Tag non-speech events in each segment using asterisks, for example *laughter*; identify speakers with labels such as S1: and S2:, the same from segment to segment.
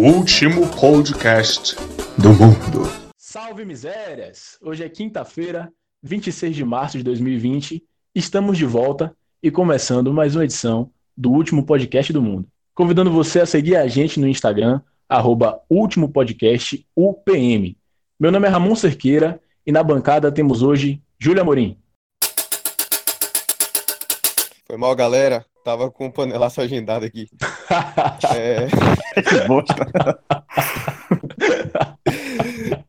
S1: último podcast do mundo.
S2: Salve misérias! Hoje é quinta-feira, 26 de março de 2020. Estamos de volta e começando mais uma edição do último podcast do mundo. Convidando você a seguir a gente no Instagram, arroba Último Podcast UPM. Meu nome é Ramon Cerqueira e na bancada temos hoje Júlia Morim.
S3: Foi mal, galera. Tava com o panelaço agendado *laughs* aqui. É,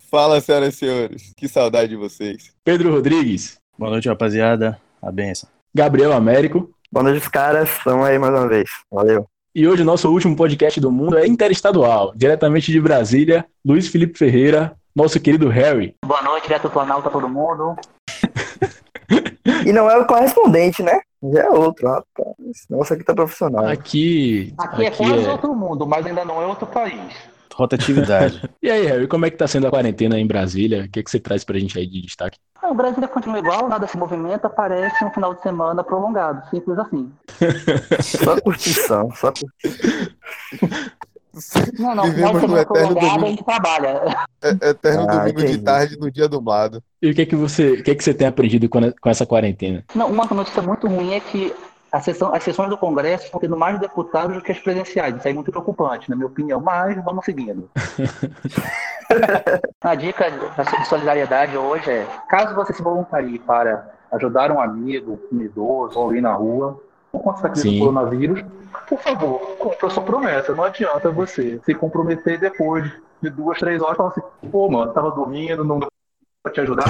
S3: Fala, senhoras e senhores. Que saudade de vocês.
S2: Pedro Rodrigues,
S4: Boa noite, rapaziada. A benção.
S2: Gabriel Américo.
S5: Boa noite, caras. Tamo aí mais uma vez. Valeu.
S2: E hoje o nosso último podcast do mundo é interestadual, diretamente de Brasília, Luiz Felipe Ferreira, nosso querido Harry.
S6: Boa noite, direto do Planalto a todo mundo.
S5: E não é o correspondente, né? Já é outro, rapaz. Nossa, aqui tá profissional.
S2: Aqui.
S6: Aqui, é quase outro mundo, mas ainda não é outro país.
S5: *laughs*
S4: Rotatividade.
S2: E aí, Harry, como é que tá sendo a quarentena em Brasília? O que, é que você traz pra gente aí de destaque?
S6: Ah, O Brasil continua igual, nada se movimenta, parece um final de semana prolongado, simples assim.
S5: Só curtição, só curtição.
S6: Não, não,
S3: Vivemos
S6: final de
S3: no
S6: semana
S3: eterno
S6: prolongado
S3: domingo.
S6: a gente trabalha.
S3: É- Eterno
S5: Ah,
S3: domingo de
S5: entendi.
S3: tarde no dia nublado.
S2: E o que é que você, o que é que você tem aprendido com com essa quarentena?
S6: Não, uma notícia muito ruim é que a sessão- as sessões do Congresso estão tendo mais deputados do que as presenciais. Isso aí é muito preocupante, na minha opinião, mas vamos seguindo. a dica de solidariedade hoje é, caso você se voluntarie para ajudar um amigo, um idoso, ou alguém na rua, com essa crise
S2: Sim.
S6: do coronavírus, por favor, cumpra sua promessa. Não adianta você se comprometer depois de duas, três horas e falar assim, pô, mano, tava dormindo, não deu pra te ajudar.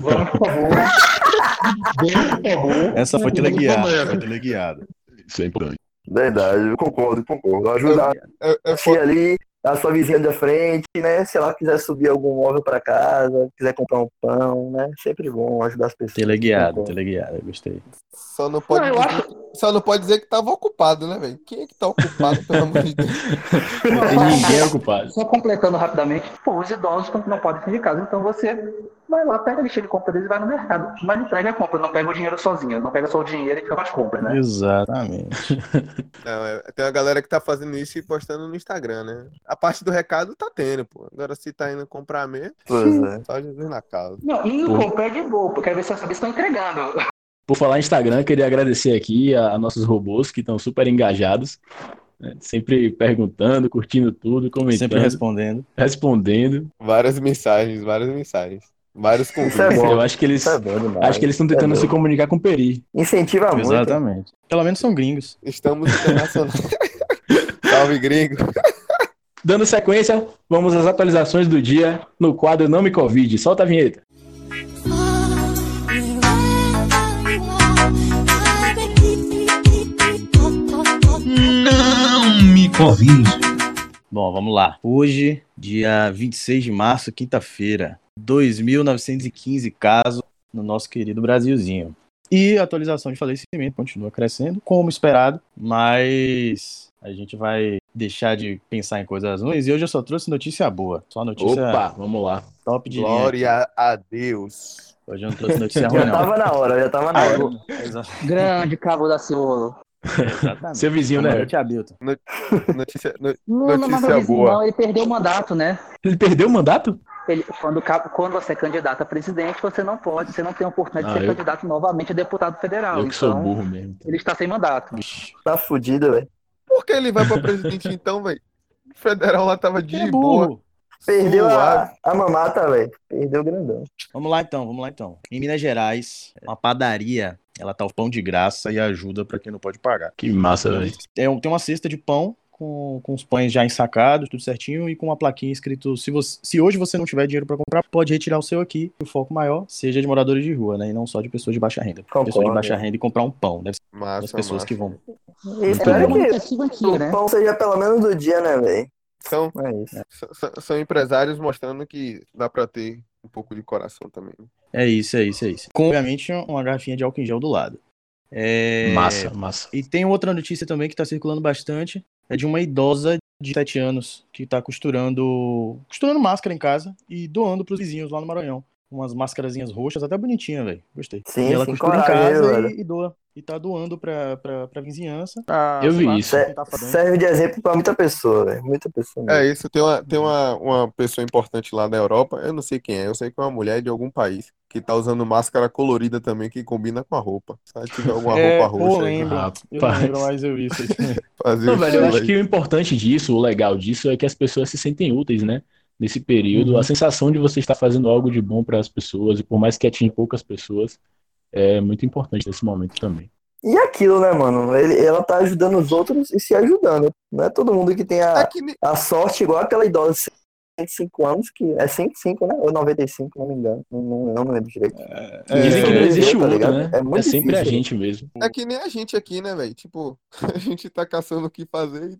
S6: Vamos, por favor.
S4: Essa foi teleguiada. Foi teleguiada.
S1: Isso é importante.
S5: Verdade, eu concordo, concordo. Ajuda
S3: É, é
S5: a tia ali, a sua vizinha da frente, né? Se ela quiser subir algum móvel pra casa, quiser comprar um pão, né? Sempre bom ajudar as pessoas.
S4: Teleguiada,
S5: Concordo.
S4: teleguiada. Gostei.
S3: Só não pode,
S6: Não, eu
S3: dizer, só não pode dizer que tava ocupado, né, velho? Quem é que tá ocupado, pelo amor de Deus?
S2: Não tem
S5: *laughs*
S2: ninguém ocupado.
S6: Só completando rapidamente, pô, os idosos tão- não podem sair de casa, então você vai lá, pega a lixeira de compra deles e vai no mercado. Mas entrega a compra, não pega o dinheiro sozinho, não pega só o dinheiro e fica com as compras, né?
S4: Exatamente.
S3: *laughs* Não, é- tem uma galera que tá fazendo isso e postando no Instagram, né? A parte do recado tá tendo, pô. Agora se tá indo comprar mesmo,
S5: Pois é.
S3: só Jesus na casa.
S6: Não, e
S2: Pô.
S6: o compra é de boa, porque quero ver se as estão entregando.
S2: Por falar em Instagram, queria agradecer aqui a, a nossos robôs que estão super engajados, né? sempre perguntando, curtindo tudo, comentando,
S4: Sempre respondendo.
S2: respondendo.
S3: Várias mensagens, várias mensagens. Vários convites.
S5: Isso é bom.
S2: Eu acho que eles,
S5: Isso é bom demais.
S2: acho que eles estão tentando
S5: É
S2: se
S5: doido.
S2: comunicar com o Peri.
S5: Incentiva Ah, muito.
S4: Exatamente. Pelo menos são gringos.
S3: Estamos internacionais. *laughs* Salve, gringo.
S2: Dando sequência, vamos às atualizações do dia no quadro Não Me Covid. Solta a vinheta.
S1: Não me convide.
S4: Bom, vamos lá. Hoje, dia 26 de março, quinta-feira, 2.915 casos no nosso querido Brasilzinho. E a atualização de falecimento continua crescendo, como esperado, mas a gente vai deixar de pensar em coisas ruins. E hoje eu só trouxe notícia boa. Só notícia
S2: Opa, vamos lá.
S4: top de linha.
S3: Glória a Deus.
S4: Hoje eu não trouxe notícia ruim,
S5: Já
S4: não.
S5: tava na hora, já tava na
S4: Ah,
S5: hora.
S4: exa-
S6: Grande cabo da Ciolo.
S4: Exatamente.
S2: Seu vizinho, né?
S4: Comandante Hamilton.
S3: Notícia, no-
S6: Não, não,
S3: Notícia
S6: mas não,
S3: boa.
S6: não, ele perdeu o mandato, né?
S2: Ele perdeu o mandato?
S6: Ele, quando, o cabo- quando você é candidato a presidente, você não pode, você não tem a oportunidade
S2: Ah,
S6: de ser
S2: eu-
S6: candidato novamente a deputado
S5: Ah,
S6: federal.
S2: Eu que sou
S6: Então,
S2: burro mesmo.
S6: ele está sem mandato.
S5: Tá fudido, velho.
S3: Por que ele vai pra presidente então, velho? O federal lá tava de
S4: Que
S3: boa.
S4: é burro.
S5: Perdeu
S3: Suave.
S5: a, a mamata, velho. Perdeu o grandão.
S4: Vamos lá então, vamos lá então. Em Minas Gerais, uma padaria, ela tá o pão de graça e ajuda para quem não pode pagar.
S2: Que massa, velho.
S4: É, um- tem uma cesta de pão com, com os pães já ensacados, tudo certinho, e com uma plaquinha escrito: se, você- se hoje você não tiver dinheiro para comprar, pode retirar o seu aqui. O foco maior seja de moradores de rua, né? E não só de pessoas de baixa renda.
S5: Concordo.
S4: Pessoas de baixa renda e comprar um pão. Deve ser
S3: Massa,
S4: as pessoas
S3: massa.
S4: que vão.
S5: Espero
S4: bom.
S5: que
S6: É aqui,
S5: o
S6: né?
S5: pão seja pelo menos do dia, né, velho?
S3: São,
S5: É isso.
S3: são, são empresários mostrando que dá pra ter um pouco de coração também.
S4: É isso, é isso, é isso. Com, obviamente, uma garrafinha de álcool em gel do lado. É...
S2: Massa, massa.
S4: E tem outra notícia também que tá circulando bastante. É de uma idosa de 7 anos que tá costurando. costurando máscara em casa e doando pros vizinhos lá no Maranhão. umas máscarazinhas roxas, até bonitinha, velho. Gostei.
S5: Sim,
S4: e ela
S5: sim,
S4: costura em
S5: coragem,
S4: casa
S5: velho.
S4: e, e doa. E tá doando pra, pra, pra vizinhança.
S2: Eu vi isso.
S5: Se-
S4: Tá fadando.
S5: serve de exemplo pra muita pessoa, velho. Muita pessoa. mesmo.
S3: É isso, tem, uma, tem uma, uma pessoa importante lá da Europa, eu não sei quem é, eu sei que é uma mulher de algum país que tá usando máscara colorida também que combina com a roupa. Se tiver alguma
S4: *laughs* É,
S3: roupa
S4: pô,
S3: roxa, aí,
S4: lembro. Eu não
S2: Rapaz.
S4: lembro mais, eu vi isso. aí.
S3: fazer
S2: Não,
S3: isso
S2: velho, eu acho
S3: aí.
S2: que o importante disso, o legal disso, é que as pessoas se sentem úteis, né? Nesse período, a sensação de você estar fazendo algo de bom para as pessoas, e por mais que atinja poucas pessoas, é muito importante nesse momento também.
S5: E aquilo, né, mano? Ele- ela tá ajudando os outros e se ajudando. Não é todo mundo que tem
S3: É
S5: a,
S3: que nem-
S5: a sorte igual aquela idosa de 105 anos, que é 105, né? Ou 95, não me engano. Não, não, não me lembro direito.
S4: É,
S2: Dizem que não
S4: é,
S2: existe
S5: tá
S2: outro,
S5: ligado?
S2: né?
S5: É muito
S2: É sempre a
S5: difícil.
S2: gente mesmo.
S3: é que nem a gente aqui, né, velho? Tipo, *laughs* a gente tá caçando o que fazer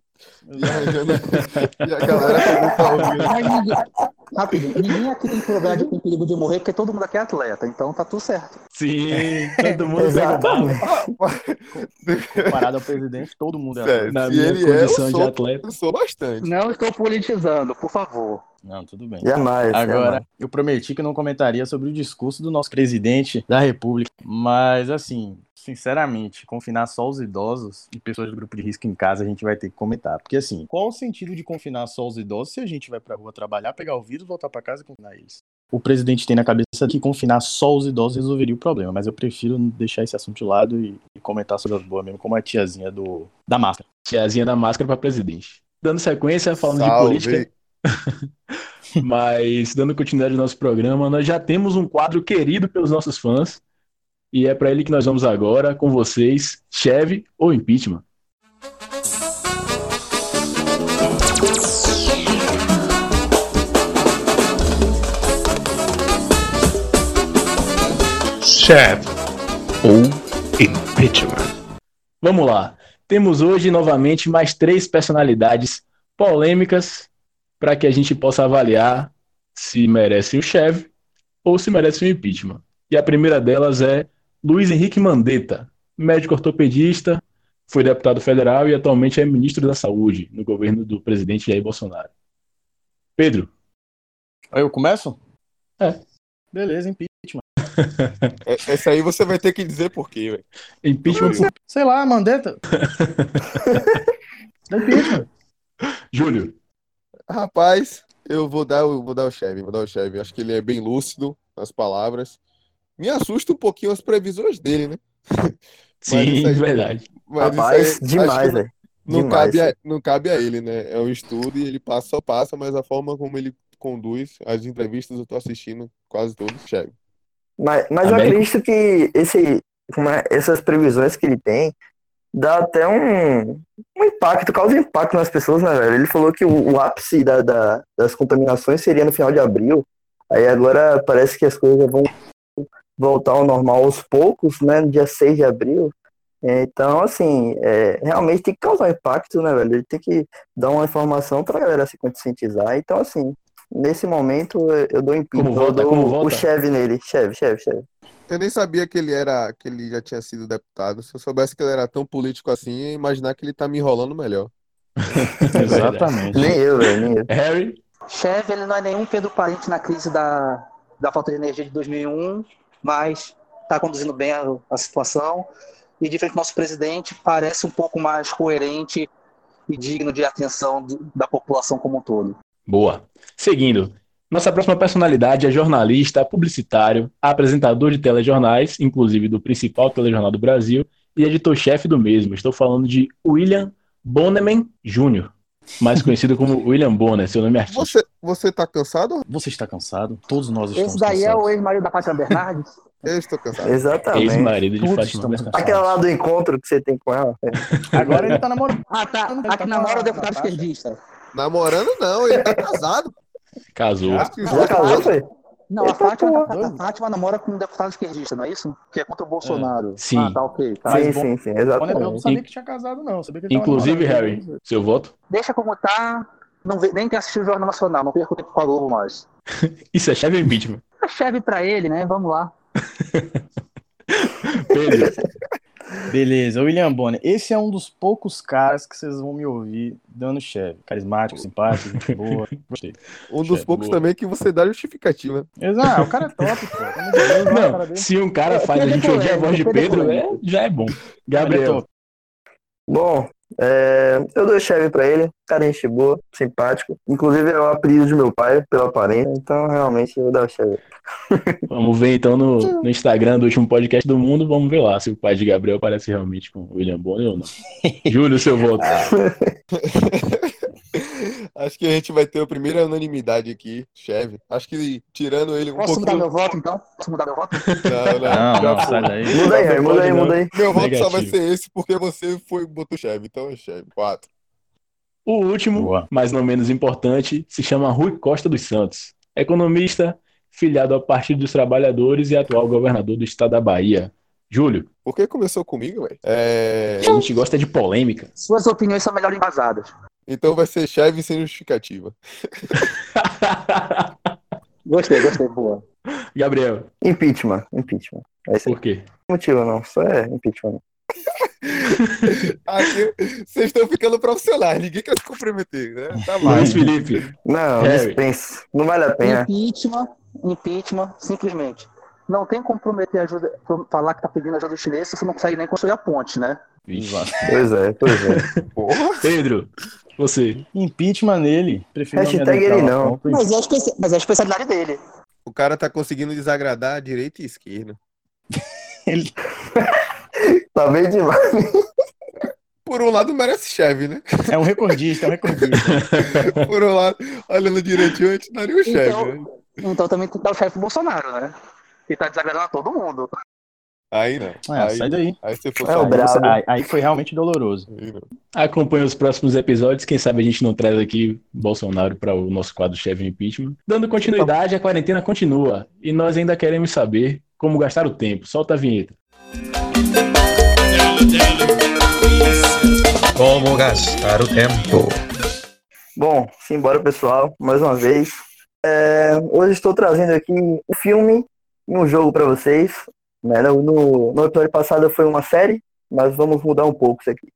S3: e, e arranjando.
S5: *laughs*
S3: e a galera que não tá ouvindo.
S6: Mas ninguém, rapidinho, ninguém aqui tem lugar de tem perigo de morrer, porque todo mundo aqui é atleta, então tá tudo certo.
S2: Sim, *laughs* todo mundo pega o barro.
S5: Exatamente.
S4: Comparado ao presidente, todo mundo é.
S3: Sério.
S2: Na
S3: Se
S2: minha
S3: ele é, eu
S2: condição de
S3: sou.
S2: atleta.
S3: Eu sou bastante.
S6: Não estou politizando, por favor.
S4: Não, tudo bem.
S5: Jamais. jamais.
S4: Agora, é eu prometi que não comentaria sobre o discurso do nosso presidente da República, mas assim, sinceramente, confinar só os idosos e pessoas do grupo de risco em casa, a gente vai ter que comentar, porque assim, qual o sentido de confinar só os idosos se a gente vai pra rua trabalhar, pegar o vírus, voltar pra casa e confinar eles? O presidente tem na cabeça que confinar só os idosos resolveria o problema, mas eu prefiro deixar esse assunto de lado e, e comentar sobre as boas mesmo, como a tiazinha do da máscara.
S2: Tiazinha da máscara para presidente. Dando sequência, falando
S3: Salve.
S2: de política, *laughs* Mas, dando continuidade ao nosso programa, nós já temos um quadro querido pelos nossos fãs. E é para ele que nós vamos agora, com vocês, Cheve ou Impeachment.
S1: Chefe ou impeachment.
S2: Vamos lá. Temos hoje, novamente, mais três personalidades polêmicas para que a gente possa avaliar se merece o Cheve ou se merece o impeachment. E a primeira delas é Luiz Henrique Mandetta, médico ortopedista, foi deputado federal e atualmente é ministro da Saúde no governo do presidente Jair Bolsonaro. Pedro,
S4: Aí eu começo?
S2: É.
S4: Beleza, impeachment.
S3: É- Essa aí você vai ter que dizer por quê, velho.
S2: impeachment por
S4: Sei lá, Mandetta. impeachment.
S2: Júlio.
S3: Rapaz, eu vou dar, o- vou dar o chefe, vou dar o chefe. Acho que ele é bem lúcido nas palavras. Me assusta um pouquinho as previsões dele, né? Mas
S2: Sim,
S3: isso aí-
S2: é verdade.
S3: Mas isso aí,
S5: Rapaz,
S3: acho que
S5: demais,
S3: não-
S5: velho.
S3: Não
S5: demais.
S3: cabe, a, não cabe a ele, né? É um estudo e ele passa, só passa, mas a forma como ele conduz as entrevistas eu tô assistindo quase todas, chefe.
S5: Mas, mas eu
S2: América.
S5: acredito que esse, como é, essas previsões que ele tem dá até um, um impacto, causa impacto nas pessoas, né, velho? Ele falou que o, o ápice da- da- das contaminações seria no final de abril. Aí agora parece que as coisas vão voltar ao normal aos poucos, né? No dia 6 de abril. Então, assim, é, realmente tem que causar impacto, né, velho? Ele tem que dar uma informação pra galera se conscientizar. Então, assim, nesse momento eu- eu dou impeachment,
S2: Como vota,
S5: eu dou
S2: como
S5: o
S2: vota?
S5: chefe nele, chefe, chefe, chefe.
S3: Eu nem sabia que ele era, que ele já tinha sido deputado. Se eu soubesse que ele era tão político assim, eu ia imaginar que ele tá me enrolando melhor.
S4: Exatamente.
S5: Nem eu,
S2: *laughs*
S5: velho, nem eu.
S2: É Harry,
S6: Chefe, ele não é nenhum Pedro Parente na crise da, da falta de energia de 2001, mas está conduzindo bem a, a situação. E, diferente do nosso presidente, parece um pouco mais coerente e digno de atenção do- da população como um todo.
S2: Boa. Seguindo. Nossa próxima personalidade é jornalista, publicitário, apresentador de telejornais, inclusive do principal telejornal do Brasil, e editor-chefe do mesmo. Estou falando de William Bonneman Jr., mais conhecido como William Bonner, seu nome é artístico.
S3: Você, você tá cansado?
S4: Você está cansado? Todos nós estamos
S6: Esse daí é
S4: cansados.
S6: o ex-marido da Fátima Bernardes?
S3: Eu estou cansado.
S5: Exatamente.
S2: Ex-marido de
S4: Todos
S2: Fátima
S4: estamos
S2: Bernardes.
S5: Aquela lá do encontro que você tem com ela. é.
S4: Agora ele tá namorando.
S6: *laughs* ah, tá. Aqui namora o deputado esquerdista.
S3: Namorando não, ele tá casado.
S2: Casou.
S3: Acho que
S5: Ela casou, foi?
S6: Não, a
S5: Eita,
S6: Fátima,
S5: porra.
S6: a Fátima namora com um deputado esquerdista, não é isso? Que é contra o Bolsonaro.
S2: Sim.
S6: Ah, tá, ok. Tá.
S5: Sim,
S4: bom.
S5: sim,
S4: *laughs*
S5: sim,
S4: Olha, Eu
S5: exatamente.
S4: não sabia que tinha casado, não. Eu Sabia que ele tava
S2: Inclusive, Harry,
S4: namorando.
S2: seu voto?
S6: Deixa como tá. Não vê, nem quer assistir o Jornal Nacional, não perco tempo com a Globo mais.
S2: Isso é chefe ou impeachment?
S6: A chave pra ele, né? Vamos lá.
S2: Pedro,
S4: Beleza, William Bonner. Esse é um dos poucos caras que vocês vão me ouvir dando chefe. Carismático, simpático, *laughs* gente boa. Gostei.
S3: Um dos
S4: Chefe,
S3: poucos
S4: boa.
S3: também que você dá justificativa.
S4: Exato, o cara é top, pô. Pelo amor de Deus, olha a cara
S2: Não,
S4: dele.
S2: se um cara
S6: É,
S2: faz a
S6: Pedro
S2: gente ouvir a voz de
S6: Colégio,
S2: Pedro,
S6: Pedro
S2: é- já é bom.
S4: Ele é
S2: Gabriel,
S4: top.
S5: Bom, é, eu dou chave pra ele, cara gente boa, simpático. Inclusive é o apelido de meu pai, pela aparência, então realmente eu vou dar o chave.
S2: vamos ver então no, no Instagram do último podcast do mundo, vamos ver lá se o pai de Gabriel parece realmente com o William Bonner ou não. Júlio, seu voto.
S3: Acho que a gente vai ter a primeira unanimidade aqui, chefe. Acho que tirando ele um
S6: Posso mudar
S3: pouquinho.
S6: meu voto, então? Posso mudar meu voto?
S3: Não,
S4: Não,
S3: já
S4: não,
S3: foi.
S4: sai daí.
S5: Muda aí,
S2: Não
S5: muda
S2: pode
S5: aí,
S2: não.
S5: muda aí.
S3: Meu voto só vai
S2: Negativo.
S3: ser esse porque você foi botou chefe. Então é chefe. Quatro.
S2: O último,
S4: Boa.
S2: mas não menos importante, se chama Rui Costa dos Santos. Economista, filiado ao Partido dos Trabalhadores e atual governador do estado da Bahia. Júlio,
S3: Por que começou comigo, velho? É,
S2: a gente gosta de polêmica.
S6: Suas opiniões são melhor embasadas.
S3: Então vai ser chefe sem justificativa.
S6: Gostei, gostei, boa.
S2: Gabriel,
S5: Impeachment, impeachment. Vai ser
S2: por quê?
S5: motivo não, só é impeachment.
S3: Aqui, vocês estão ficando profissionais, ninguém quer se comprometer, né? Tá mal.
S2: Luiz Felipe,
S5: Não,
S2: Harry.
S5: dispensa, não vale a
S6: né?
S5: pena.
S6: Impeachment, impeachment, simplesmente. Não tem como prometer ajuda, pro- falar que tá pedindo ajuda do chinês se você não consegue nem construir a ponte, né?
S4: Exato.
S5: Pois é, pois é.
S4: *laughs*
S3: Porra.
S2: Pedro, você.
S4: Impeachment nele. Prefiro
S5: Hashtag
S4: me adentrar
S5: ele
S4: no
S5: não.
S4: assunto.
S6: Mas é, a espe- mas é a especialidade dele.
S3: O cara tá conseguindo desagradar a direita e a esquerda.
S5: Tá bem demais.
S3: Por um lado merece chefe, né?
S4: É um recordista, é um recordista.
S3: Por um lado, olhando direitinho, a gente daria o chefe.
S6: Então-
S3: né?
S6: Então também tem que dar o chefe Bolsonaro, né? Que tá desagradando a todo mundo.
S3: Aí não.
S4: Ah,
S3: aí,
S4: sai daí.
S3: aí você for
S5: É o
S3: sair,
S5: brabo.
S4: Aí, aí foi realmente doloroso.
S3: aí não.
S2: Acompanhe os próximos episódios. Quem sabe a gente não traz aqui Bolsonaro para o nosso quadro Chefe Impeachment. Dando continuidade, a quarentena continua. E nós ainda queremos saber como gastar o tempo. Solta a vinheta.
S7: Como gastar o tempo?
S5: Bom, simbora pessoal, mais uma vez. É, hoje estou trazendo aqui um filme e um jogo para vocês. né? No, no- no episódio passado foi uma série, mas vamos mudar um pouco isso aqui.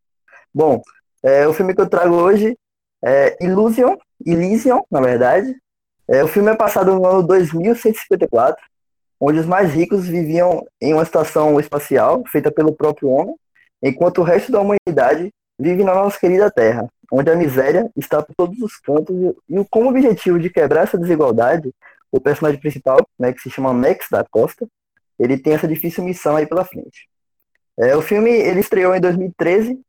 S5: Bom, é, o filme que eu trago hoje é Illusion, Elysium, na verdade. É, o filme é passado no ano 2154, onde os mais ricos viviam em uma estação espacial feita pelo próprio homem, enquanto o resto da humanidade vive na nossa querida Terra onde a miséria está por todos os cantos e, e com o objetivo de quebrar essa desigualdade, o personagem principal, né, que se chama Max da Costa, ele tem essa difícil missão aí pela frente. É, o filme ele estreou em 2013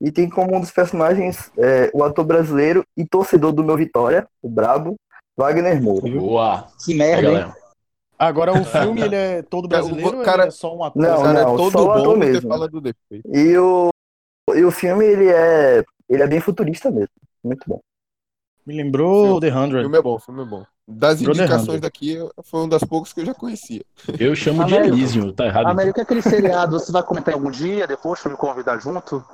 S5: e tem como um dos personagens é, o ator brasileiro e torcedor do meu Vitória, o Brabo, Wagner Moura.
S2: Boa.
S6: Que
S2: É,
S6: merda, hein?
S2: galera.
S4: Agora, *laughs* o filme, ele é todo brasileiro ou
S3: Cara-
S4: ele é só um ator?
S3: O
S5: Não, né?
S3: cara
S5: não,
S3: é todo
S5: só o ator
S3: bom você
S5: mesmo.
S3: fala do defeito.
S5: E o, e o filme ele é, ele é bem futurista mesmo. Muito bom.
S4: Me lembrou The
S3: O
S4: 100.
S3: filme é bom, o filme é bom. Das
S4: Brother
S3: indicações
S4: Hunter.
S3: daqui, foi um das poucas que eu já conhecia.
S2: Eu chamo de
S6: Américo.
S2: Elísio, tá errado.
S6: Américo, é aquele seriado, você vai comentar algum dia depois pra me convidar junto?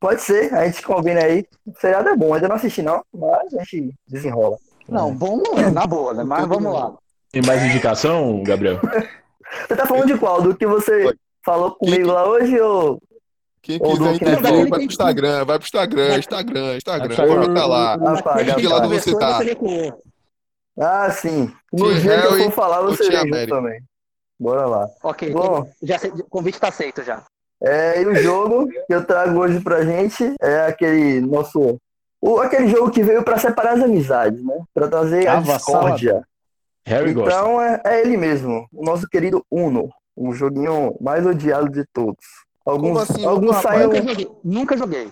S5: Pode ser, a gente combina aí. O seriado é bom, ainda não assisti não, mas a gente desenrola.
S6: Não, bom não é, na boa, né? Mas vamos lá.
S2: Tem mais indicação, Gabriel?
S5: Você tá falando de qual? Do que você
S3: Oi.
S5: falou comigo lá hoje ou
S3: Quem
S5: Ou
S3: quiser
S5: do que é
S3: entender,
S6: bom.
S3: vai pro Instagram, vai pro Instagram, Instagram, Instagram.
S4: Instagram.
S3: Comenta lá.
S5: Ah, pá,
S3: De que
S5: Gabriel.
S3: lado você tá?
S5: Ah, sim. No
S3: Tim
S5: dia que eu
S3: Harry
S5: for falar,
S3: ou
S5: você
S3: Tim
S5: vem junto
S3: América?
S5: também. Bora lá.
S6: Ok,
S5: Bom,
S6: já sei- convite tá aceito já.
S5: é, e o jogo que eu trago hoje pra gente é aquele nosso. O, aquele jogo que veio pra separar as amizades, né? Pra trazer a
S4: Avassalador.
S5: discórdia.
S2: Harry gosta.
S5: Então é, é ele mesmo, o nosso querido Uno. O joguinho mais odiado de todos.
S3: Como
S5: Alguns,
S3: assim,
S5: alguns
S3: rapaz?
S5: saem.
S6: Nunca joguei. Nunca joguei.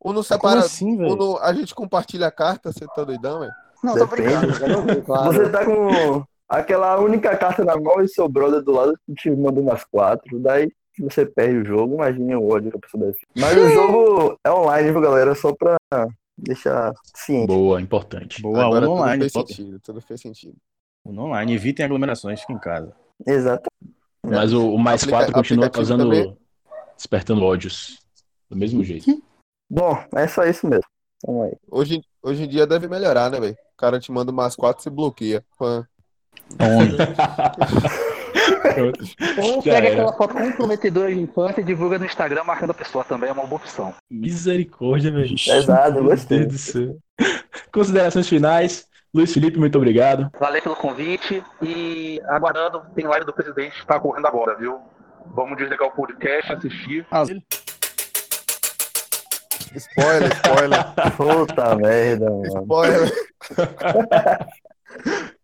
S3: Ou Um não
S4: Como
S3: separa.
S4: assim,
S3: ou
S4: velho?
S3: não- a gente compartilha a carta, você tá doidão, velho?
S6: Não, tô
S5: Depende.
S6: brincando. Já
S5: *laughs*
S6: joguei, claro.
S5: Você tá com aquela única carta na mão e seu brother do lado te manda umas quatro. Daí você perde o jogo, imagina o ódio que a pessoa deve. Mas o jogo é online, viu, galera? Só pra deixar ciente.
S2: Boa, importante.
S4: Boa,
S3: Agora
S4: Uno
S3: tudo
S4: online.
S3: fez
S4: top.
S3: sentido, tudo fez sentido.
S4: Uno online. Evitem aglomerações, fiquem em casa.
S5: Exato.
S2: Mas o, o mais
S3: né? Aplica-
S2: 4 continua
S3: aplicativo
S2: causando.
S3: também.
S2: despertando ódios. Do mesmo jeito.
S5: Bom, é só isso mesmo. Vamos aí.
S3: Hoje, hoje em dia deve melhorar, né, velho? O cara te manda umas quatro, você bloqueia. Pã.
S4: Tome.
S2: Pronto.
S6: Ou
S2: Já
S6: pega
S2: era.
S6: aquela foto comprometedora de infância e divulga no Instagram marcando a pessoa também, é uma boa opção.
S2: Misericórdia, meu
S4: É,
S5: Pesado, gostei.
S2: Meu Deus do céu. Considerações finais. Luiz Felipe, muito obrigado.
S6: Valeu pelo convite e aguardando, tem live do presidente que tá correndo agora, viu? Vamos desligar o podcast, assistir.
S3: Spoiler, spoiler,
S5: Puta merda, mano.
S3: spoiler.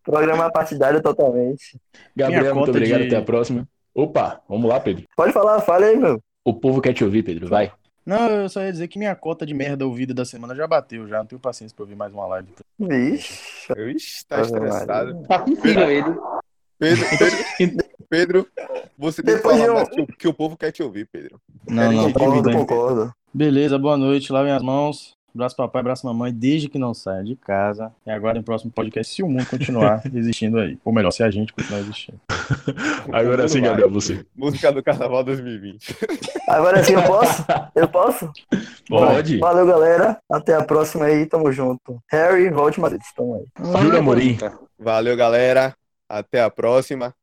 S5: Programa partidário totalmente.
S2: Gabriel, muito
S4: conta
S2: obrigado.
S4: de-
S2: Até a próxima. Opa, vamos lá, Pedro.
S5: Pode falar, fala aí, meu.
S2: O povo quer te ouvir, Pedro. Vai.
S4: Não, eu só ia dizer que minha cota de merda ouvida da semana já bateu, já. Não tenho paciência pra ouvir mais uma live.
S5: Vixe.
S3: Ixi, tá estressado.
S6: Tá sensível ele.
S3: Pedro, Pedro, Pedro, você tem que
S5: Depois
S3: falar
S5: eu-
S3: mais que, o- que o povo quer te ouvir, Pedro.
S4: Não, não, tô
S5: Concordo,
S4: ouvindo.
S5: concordo.
S4: Beleza, boa noite, lavem as mãos. Abraço papai, abraço mamãe, desde que não saiam de casa. E aguardem o próximo podcast se o mundo *laughs* continuar existindo aí. Ou melhor, se a gente continuar existindo.
S2: Agora sim,
S3: Vai.
S2: Gabriel, você.
S3: Música do Carnaval 2020.
S5: Agora sim, eu posso? Eu posso?
S2: Pode.
S5: Valeu, galera. Até a próxima aí. Tamo junto. Harry, volte mais vezes. Tamo aí.
S2: Júlio Amorim.
S3: Valeu, galera. Até a próxima.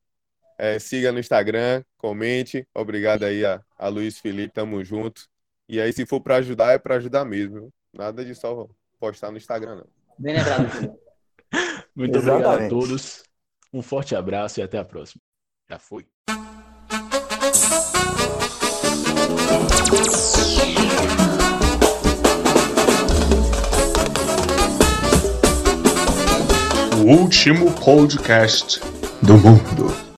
S3: É, siga no Instagram, comente. Obrigado aí a, a Luiz Felipe, tamo junto. E aí, se for pra ajudar, é pra ajudar mesmo. viu? Nada de só postar no Instagram, não.
S6: Bem lembrado, Júlio.
S2: Muito obrigado a
S5: Exatamente.
S2: todos. Um forte abraço e até a próxima. Já fui.
S1: O último podcast do mundo.